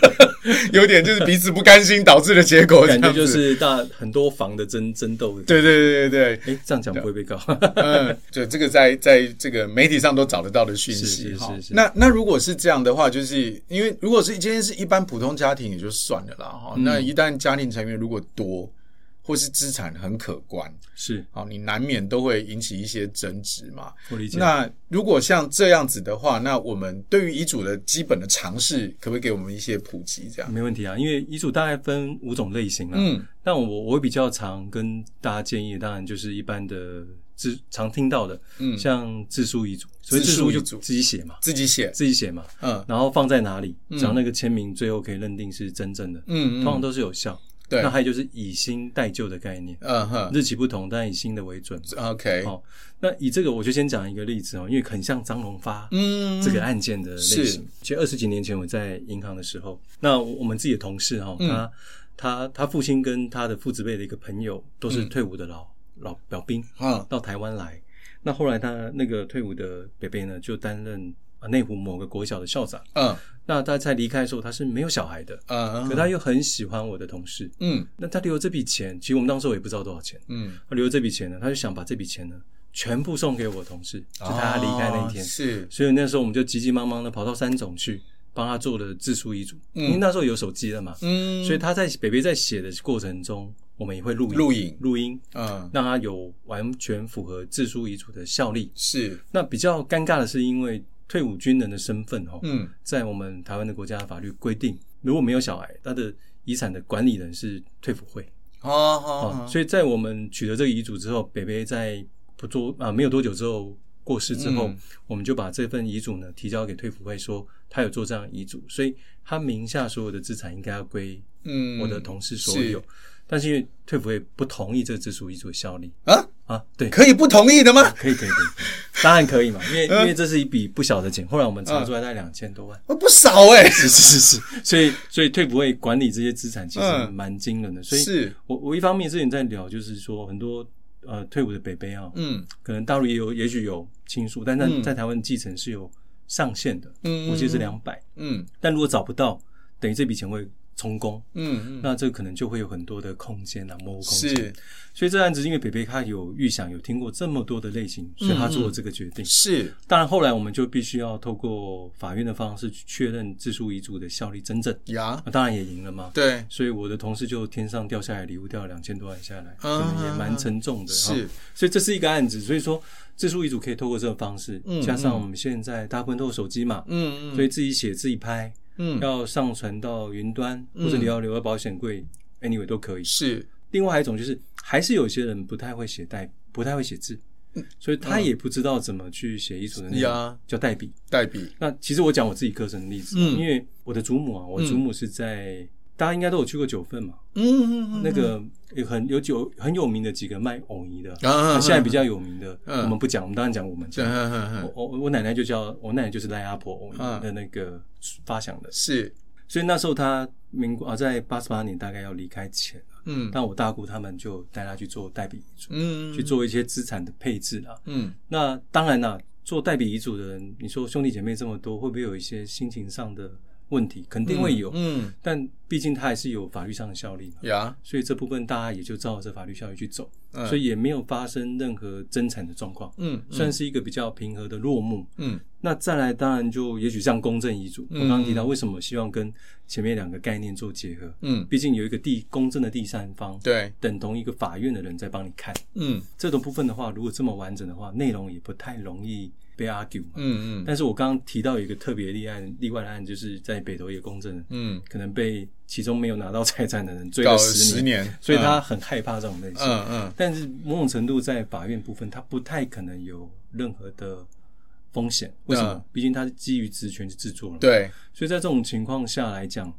有点就是彼此不甘心导致的结果，感这觉样子就是大很多房的争争斗的。对对对对对，哎，这样讲不会被告。 嗯，就这个在在这个媒体上都找得到的讯是息是哈是。是那那如果是这样的话，就是因为如果是今天是一般普通家庭也就算了啦哈，嗯那一旦家庭成员如果多或是资产很可观，是好，你难免都会引起一些争执嘛。我理解。那如果像这样子的话，那我们对于遗嘱的基本的尝试，可不可以给我们一些普及？这样，没问题啊，因为遗嘱大概分五种类型啦。嗯，但我我会比较常跟大家建议，当然就是一般的自常听到的，嗯像自书遗嘱，所以自自书书遗就嘱自己写嘛，自己写，自己写嘛，嗯然后放在哪里，只要那个签名最后可以认定是真正的，嗯通嗯，常都是有效。对那还有就是以新代旧的概念，嗯啊哼日期不同，但以新的为准嘛。 ，OK，好那以这个我就先讲一个例子哦，因为很像张荣发，嗯，这个案件的类是型。其实二十几年前我在银行的时候，那我我们自己的同事哈、嗯他他他父亲跟他的父子辈的一个朋友都是退伍的老、老老兵，嗯到台湾来。那后来他那个退伍的北北呢，就担任啊内湖某个国小的校长。嗯那他在离开的时候，他是没有小孩的，嗯，可他又很喜欢我的同事。嗯那他留这笔钱，其实我们当时我也不知道多少钱。嗯，他留这笔钱呢，他就想把这笔钱呢全部送给我同事，就他离开那一天。哦是，所以那时候我们就急急忙忙的跑到三总去帮他做了自书遗嘱，因为那时候有手机了嘛，嗯，所以他在北北在写的过程中，我们也会录音录影录音，嗯让他有完全符合自书遗嘱的效力。是，那比较尴尬的是，因为退伍军人的身份哦，嗯在我们台湾的国家法律规定，如果没有小孩，他的遗产的管理人是退辅会好啊、好，好所以在我们取得这个遗嘱之后，北北在不做啊没有多久之后过世之后，嗯我们就把这份遗嘱呢提交给退辅会说他有做这样的遗嘱，所以他名下所有的资产应该要归嗯，我的同事所有。是但是因为退辅会不同意这自属遗嘱的效力啊，啊，对，可以不同意的吗？可以可以可以，当然可以嘛，因嗯为因为这是一笔不小的钱，后来我们查出来大概两千多万。哦不少哎， 是是是是，所以所以退辅会管理这些资产其实嗯蛮惊人的，所以是，我我一方面之前在聊，就是说很多呃退伍的北北啊，嗯可能大陆也有，也许有亲属，但在、嗯在台湾继承是有上限的，嗯我记得是两百，嗯但如果找不到，等于这笔钱会充公，嗯嗯，那这可能就会有很多的空间啊，模糊空间。是所以这案子因为北北他有预想，有听过这么多的类型，所以嗯他做了这个决定。是，当然，后来我们就必须要透过法院的方式去确认自书遗嘱的效力真正，呀，啊、当然也赢了嘛。对，所以我的同事就天上掉下来礼物掉了两千多万下来，啊可能也蛮沉重的。是哈，所以这是一个案子。所以说，自书遗嘱可以透过这个方式，嗯加上我们现在大部分都有手机嘛，嗯嗯，所以自己写自己拍，嗯要上传到云端，嗯或者你要留到保险柜，anyway 都可以。是。另外还有一种就是，还是有些人不太会写代，不太会写字，所以他也不知道怎么去写遗嘱的内容嗯呀，叫代笔。代笔，那其实我讲我自己个人的例子，啊嗯因为我的祖母啊，我祖母是在大家应该都有去过九份嘛。嗯那个有很有九很有名的几个卖藕泥的，啊那现在比较有名的，嗯我们不讲，我们当然讲我们对，啊讲。哼哼哼我我我奶奶就叫我奶奶就是赖阿婆藕泥嗯的那个发祥的，是，所以那时候她民国啊在八十八年大概要离开前，嗯但我大姑他们就带她去做代笔遗嘱，嗯，去，做一些资产的配置啊。嗯那当然啦、做代笔遗嘱的人，你说兄弟姐妹这么多，会不会有一些心情上的问题？肯定会有，嗯但毕竟它还是有法律上的效力嘛。呀，所以这部分大家也就照着法律效益去走，嗯所以也没有发生任何争产的状况，嗯算是一个比较平和的落幕。嗯那再来，当然就也许像公证遗嘱，我嗯刚刚提到为什么希望跟前面两个概念做结合，嗯，毕竟有一个第公证的第三方，对，等同一个法院的人在帮你看嗯这种部分的话，如果这么完整的话，内容也不太容易被 argue 嘛。嗯嗯但是我刚刚提到有一个特别例案，例外的案就是在北投一个公证，嗯，可能被其中没有拿到财产的人追搞了了十十年，年，所以他很害怕这种类型。嗯嗯但是某种程度在法院部分，它不太可能有任何的风险。为什么嗯？毕竟它是基于职权去制作了。嗯，。对，所以在这种情况下来讲，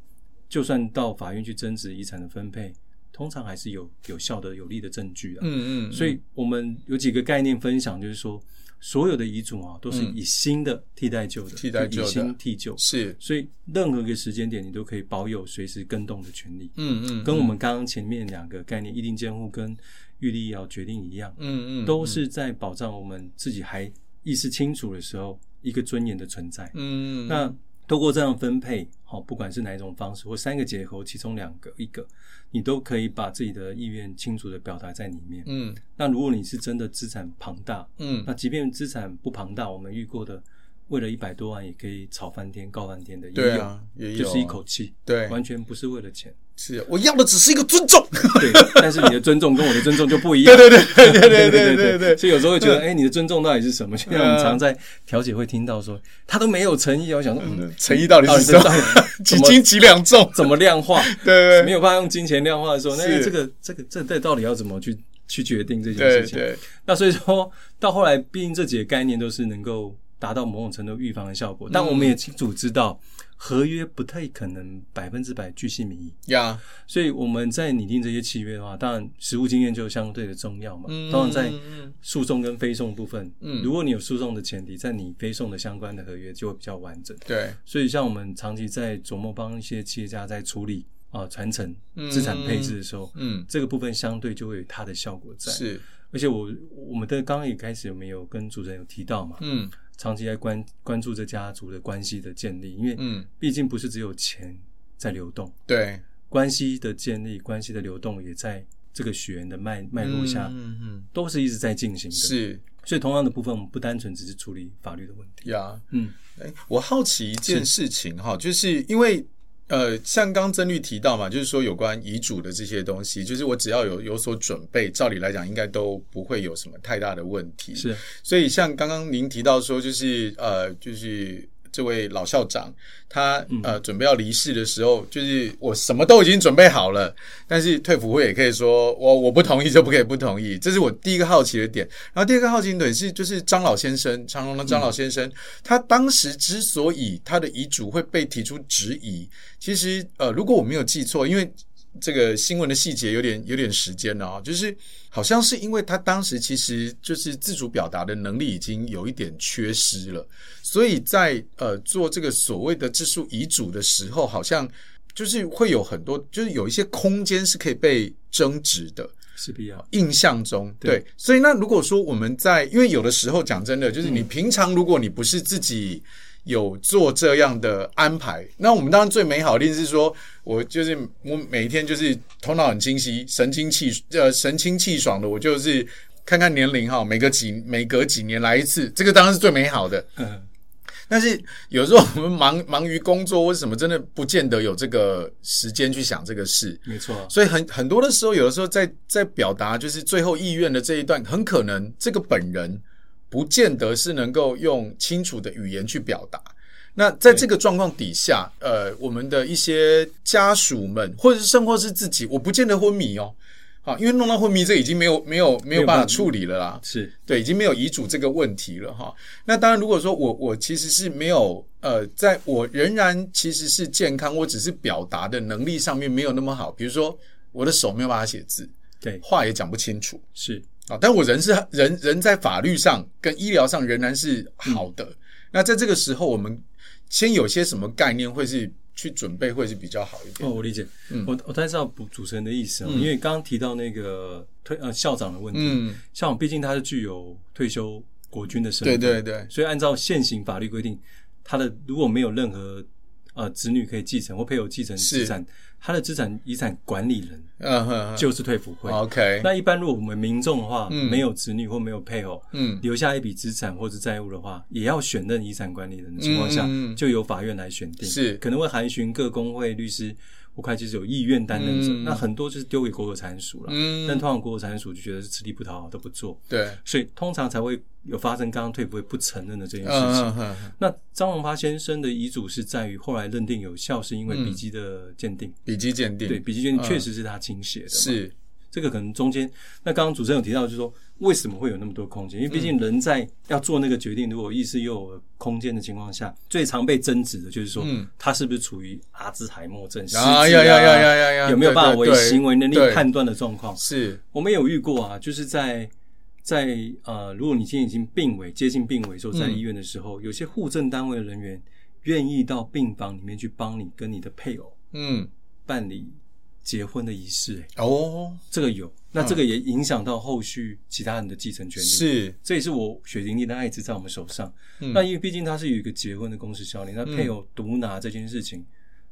就算到法院去争执遗产的分配，通常还是有有效的、有力的证据啊。嗯嗯，所以我们有几个概念分享，就是说，所有的遗嘱啊，都是以新的替代旧的，嗯替代旧的就以新替旧。是，所以任何一个时间点，你都可以保有随时更动的权利。嗯嗯，跟我们刚刚前面两个概念，议定监护跟预立要决定一样，嗯嗯都是在保障我们自己还意识清楚的时候一个尊严的存在。嗯嗯那透过这样分配，好、不管是哪一种方式，或三个结合其中两个一个，你都可以把自己的意愿清楚的表达在里面。嗯那如果你是真的资产庞大，嗯那即便资产不庞大，我们遇过的为了一百多万也可以吵翻天、告翻天的，也对有啊，也有就是一啊口气，对，完全不是为了钱。是啊我要的只是一个尊重，对，但是你的尊重跟我的尊重就不一 样。对对对 对对对对对嗯所以有时候会觉得，哎，你的尊重到底是什么？现在我们常在调解会听到说，他都没有诚意啊。我想说，嗯，诚意到底到底是是什么？到底几怎么斤几两重？怎么量化？ 对没对有办法用金钱量化的时候，那哎是这个这个这这到底要怎么去去决定这件对事情？对，那所以说到后来，毕竟这几个概念都是能够达到某种程度预防的效果，但我嗯们也清楚知道，合约不太可能百分之百据信民意。呀，所以我们在拟定这些契约的话，当然实务经验就相对的重要嘛。嗯当然在嗯嗯诉讼跟非讼部分，嗯如果你有诉讼的前提，在你非讼的相关的合约就会比较完整。对，所以，像我们长期在琢磨帮一些企业家在处理啊传承嗯资产配置的时候，嗯，这个部分相对就会有它的效果在。，是，而且我我们的刚刚也开始有没有跟主持人有提到嘛？嗯长期在关关注这家族的关系的建立，因为嗯，毕竟不是只有钱在流动，对，关系的建立、关系的流动也在这个血缘的脉脉络下，嗯嗯都是一直在进嗯，行的。，是所以同样的部分，我们不单纯只是处理法律的问题。呀。嗯，哎，我好奇一件事情哈，就是因为呃，像刚曾律提到嘛，就是说有关遗嘱的这些东西，就是我只要有有所准备，照理来讲应该都不会有什么太大的问题。，是所以像刚刚您提到说，就是呃，就是。这位老校长，他呃准备要离世的时候，就是我什么都已经准备好了，但是退辅会也可以说我我不同意就不可以不同意，这是我第一个好奇的点。然后第二个好奇的点是，就是张老先生，长隆的张老先生，他当时之所以他的遗嘱会被提出质疑，其实呃，如果我没有记错，因为这个新闻的细节有点有点时间了啊、就是好像是因为他当时其实就是自主表达的能力已经有一点缺失了，所以在呃做这个所谓的自述遗嘱的时候，好像就是会有很多，就是有一些空间是可以被争执的。是必要。印象中，对对，所以那如果说我们在，因为有的时候讲真的，就是你平常如果你不是自己有做这样的安排，那我们当然最美好的一定是说，我就是我每一天就是头脑很清晰，神清气呃神清气爽的，我就是看看年龄哈，每隔几每隔几年来一次，这个当然是最美好的。嗯，但是有时候我们忙忙于工作或什么，真的不见得有这个时间去想这个事。没错啊。所以很很多的时候，有的时候在在表达就是最后意愿的这一段，很可能这个本人不见得是能够用清楚的语言去表达。那在这个状况底下，呃，我们的一些家属们，或者是甚或是自己，我不见得昏迷哦，好，因为弄到昏迷这已经没有没有没有办法处理了啦。是对，已经没有遗嘱这个问题了哈。那当然，如果说我我其实是没有呃，在我仍然其实是健康，我只是表达的能力上面没有那么好，比如说我的手没有办法写字，对，话也讲不清楚是啊。但我人是人人在法律上跟医疗上仍然是好的。那在这个时候，我们先有些什么概念会是去准备会是比较好一点？哦，我理解。嗯我我大概知道主主持人的意思哦，因为刚刚提到那个退呃校长的问题，嗯，校长毕竟他是具有退休国军的身对份，对对，所以按照现行法律规定，他的如果没有任何呃子女可以继承或配偶继承是资产，他的资产遗产管理人嗯哼哼就是退辅会。 ，OK，那一般如果我们民众的话，嗯没有子女或没有配偶，嗯留下一笔资产或者债务的话，也要选任遗产管理人的情况下，嗯嗯嗯就由法院来选定，是可能会函询各工会律师我会计是有意愿担任者，嗯那很多就是丢给国有产署了。嗯，但通常国有产署就觉得是吃力不讨好，都不做，对，所以通常才会有发生刚刚退不会不承认的这件嗯事情。嗯嗯，嗯那张荣发先生的遗嘱是在于后来认定有效，是因为嗯笔迹的鉴定，笔迹鉴定对，笔迹鉴嗯定确实是他倾斜的嘛，是这个可能中间，那刚刚主持人有提到，就是说为什么会有那么多空间？因为毕嗯竟人在要做那个决定，如果意识又有空间的情况下，最常被争执的就是说，嗯他是不是处于阿兹海默症、失智啊呀呀呀呀呀呀有没有办法对为对对行为能力对判断的状况？是，我们有遇过啊，就是在在呃，如果你今天已经病危、接近病危的时候，在嗯医院的时候，有些护政单位的人员愿意到病房里面去帮你跟你的配偶嗯，办理结婚的仪式、欸哦，这个有，那这个也影响到后续其他人的继承权利。，是，这也是我血淋淋的爱字在我们手上。嗯那因为毕竟他是有一个结婚的公事效力，那嗯配偶毒拿这件事情，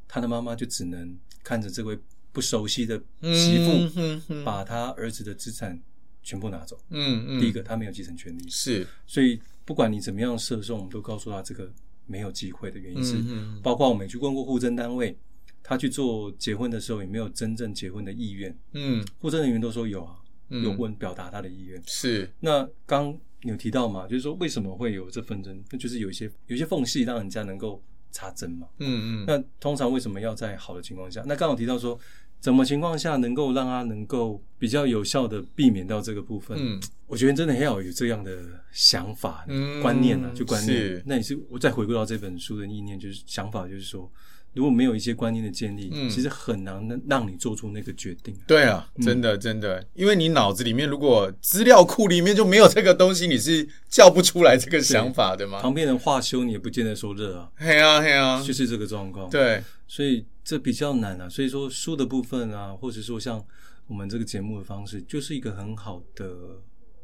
他的妈妈就只能看着这位不熟悉的媳妇、嗯嗯嗯把他儿子的资产全部拿走。嗯嗯，第一个，他没有继承权利，是，所以不管你怎么样设送，我们都告诉他这个没有机会的原因是，嗯嗯包括我们也去问过户政单位，他去做结婚的时候有没有真正结婚的意愿，嗯户政人员都说有啊。嗯，有问表达他的意愿。是，那刚你有提到嘛，就是说为什么会有这纷争？那就是有一些有一些缝隙让人家能够插针嘛。嗯嗯，那通常为什么要在好的情况下？那刚刚有提到说，怎么情况下能够让他能够比较有效的避免到这个部分？嗯我觉得真的很好有这样的想法、嗯观念啊，就观念是。那也是我再回归到这本书的意念，就是想法，就是说，如果没有一些观念的建立，嗯其实很难能让你做出那个决定。对啊，嗯真的真的，因为你脑子里面如果资料库里面就没有这个东西，你是叫不出来这个想法的嘛。旁边人话休，你也不见得说热啊。嘿啊嘿啊，就是这个状况。，对，所以这比较难啊。所以说书的部分啊，或者说像我们这个节目的方式，就是一个很好的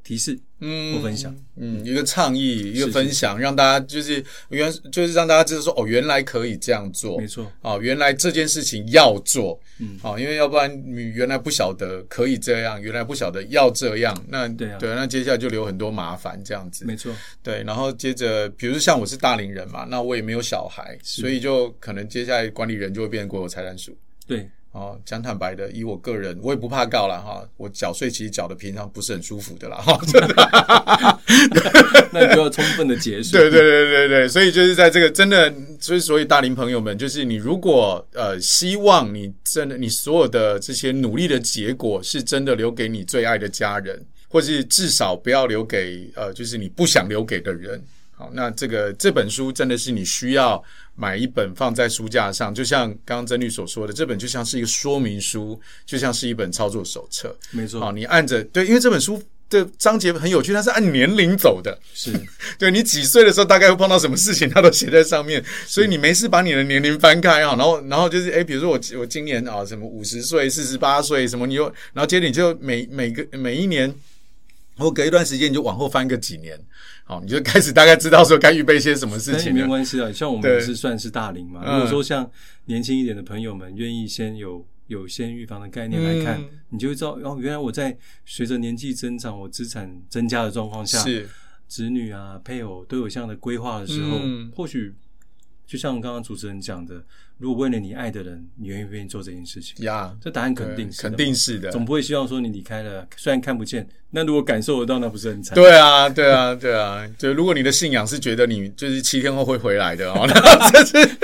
提示。嗯，或分享，嗯，一个倡议，一个是分享，让大家就是原就是让大家知道说哦，原来可以这样做没，错，哦，原来这件事情要做，嗯哦，因为要不然你原来不晓得可以这样，原来不晓得要这样，那对啊那接下来就留很多麻烦这样子，没错，对，然后接着，比如说像我是大龄人嘛，那我也没有小孩，是所以就可能接下来管理人就会变成国有财产署。对，哦，讲坦白的，以我个人，我也不怕告了哈。我缴税其实缴的平常不是很舒服的啦哈。 那你就要充分的结 束。对对对对对，所以就是在这个真的，所以所以大龄朋友们，就是你如果呃希望你真的你所有的这些努力的结果是真的留给你最爱的家人，或是至少不要留给呃就是你不想留给的人。好，那这个这本书真的是你需要买一本放在书架上，就像刚刚曾律所说的，这本就像是一个说明书，就像是一本操作手册。没错好，，你按着对，因为这本书的章节很有趣，它是按年龄走的。是对你几岁的时候，大概会碰到什么事情，他都写在上面。所以你没事把你的年龄翻开啊，然后然后就是哎，比如说我我今年啊什么五十岁、四十八岁什么，你又然后接着你就每每个每一年。或隔一段时间，你就往后翻个几年，好，你就开始大概知道说该预备些什么事但也情没了。关系啊。像我们对也是算是大龄嘛。嗯如果说像年轻一点的朋友们愿意先有有先预防的概念来看，嗯你就会知道哦，原来我在随着年纪增长，我资产增加的状况下，是，子女啊、配偶都有这样的规划的时候，嗯或许就像刚刚主持人讲的，如果为了你爱的人，你愿不愿意做这件事情？呀，这答案肯定是的肯定是的，总不会希望说你离开了，虽然看不见，那如果感受得到，那不是很惨？对啊，对啊，对啊，就如果你的信仰是觉得你就是七天后会回来的哦，那 这是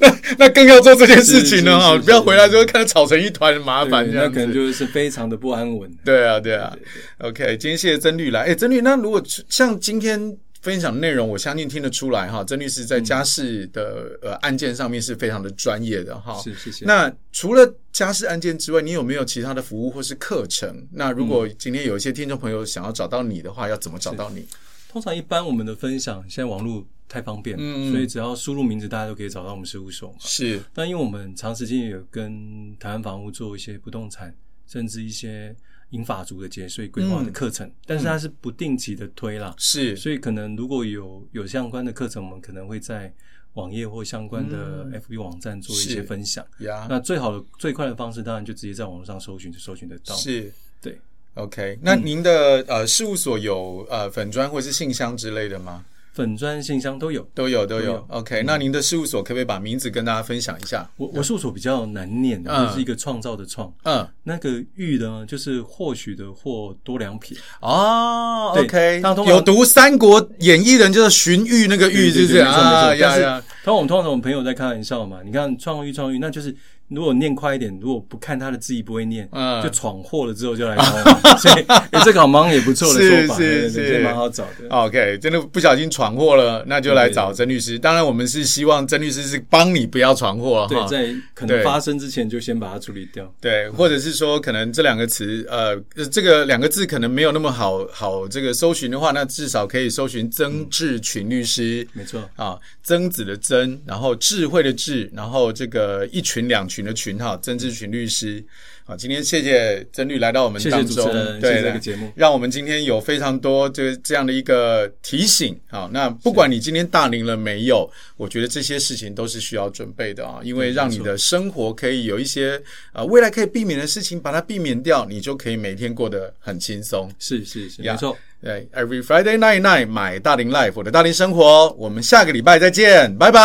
那那更要做这件事情了是是哈，是不要回来之后看到吵成一团很麻对，烦这那样可能子。就是非常的不安稳。对啊，对啊对对 OK，今天谢谢曾律来。哎，曾律，那如果像今天分享的内容，我相信听得出来哈，曾律师在家事的、呃案件上面是非常的专业的哈。嗯是谢谢。那除了家事案件之外，你有没有其他的服务或是课程？那如嗯果今天有一些听众朋友想要找到你的话，要怎么找到你？通常一般我们的分享，现在网络太方便了，嗯所以只要输入名字，大家都可以找到我们事务所嘛。是，但因为我们长时间也有跟台湾房屋做一些不动产，甚至一些英法族的节税规划的课程，但是它是不定期的推啦，是所以可能如果有有相关的课程，我们可能会在网页或相关的嗯 FB 网站做一些是分享。呀，那最好的、最快的方式，当然就直接在网络上搜寻，就搜寻得到。是对。嗯 OK，那您的、呃事务所有呃粉砖或是信箱之类的吗？粉砖、信箱都有。都有都都有有。嗯 OK，那您的事务所可不可以把名字跟大家分享一下？我我事务所比较难念的，嗯就是一个创造的创，嗯，那个玉呢，就是或许的或多两撇，哦对，OK，那通常有读《三国演义》的人就是荀彧那个彧，是对不对是对没错啊？呀没错。但是呀，，通常我们通常我们朋友在开玩笑嘛，你看创玉创玉，那就是如果念快一点，如果不看他的字义不会念，嗯就闯祸了之后就来找我们， 所以诶这个好像也不错的说 法，是是对对对所以是蛮好找的。 OK，真的不小心闯祸了，那就来对对找曾律师。当然，我们是希望曾律师是帮你不要闯祸对哈，。在可对能发生之前就先把它处理掉。对，或者是说，可能这两个词，呃，这个两个字可能没有那么好好这个搜寻的话，那至少可以搜寻曾志群律师。没错，啊，曾子的曾，然后智慧的智，然后这个一群两群的群哈，曾志群律师。好，今天谢谢曾律来到我们谢谢当主中，持人，谢对谢这个节目。让我们今天有非常多这这样的一个提醒啊。那不管你今天大龄了没有，我觉得这些事情都是需要准备的啊，因为让你的生活可以有一些呃未来可以避免的事情，把它避免掉，你就可以每天过得很轻松。是是是，呀没错，对，Every Friday night night，买大龄 life，我的大龄生活，我们下个礼拜再见，拜拜。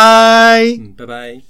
嗯，拜拜。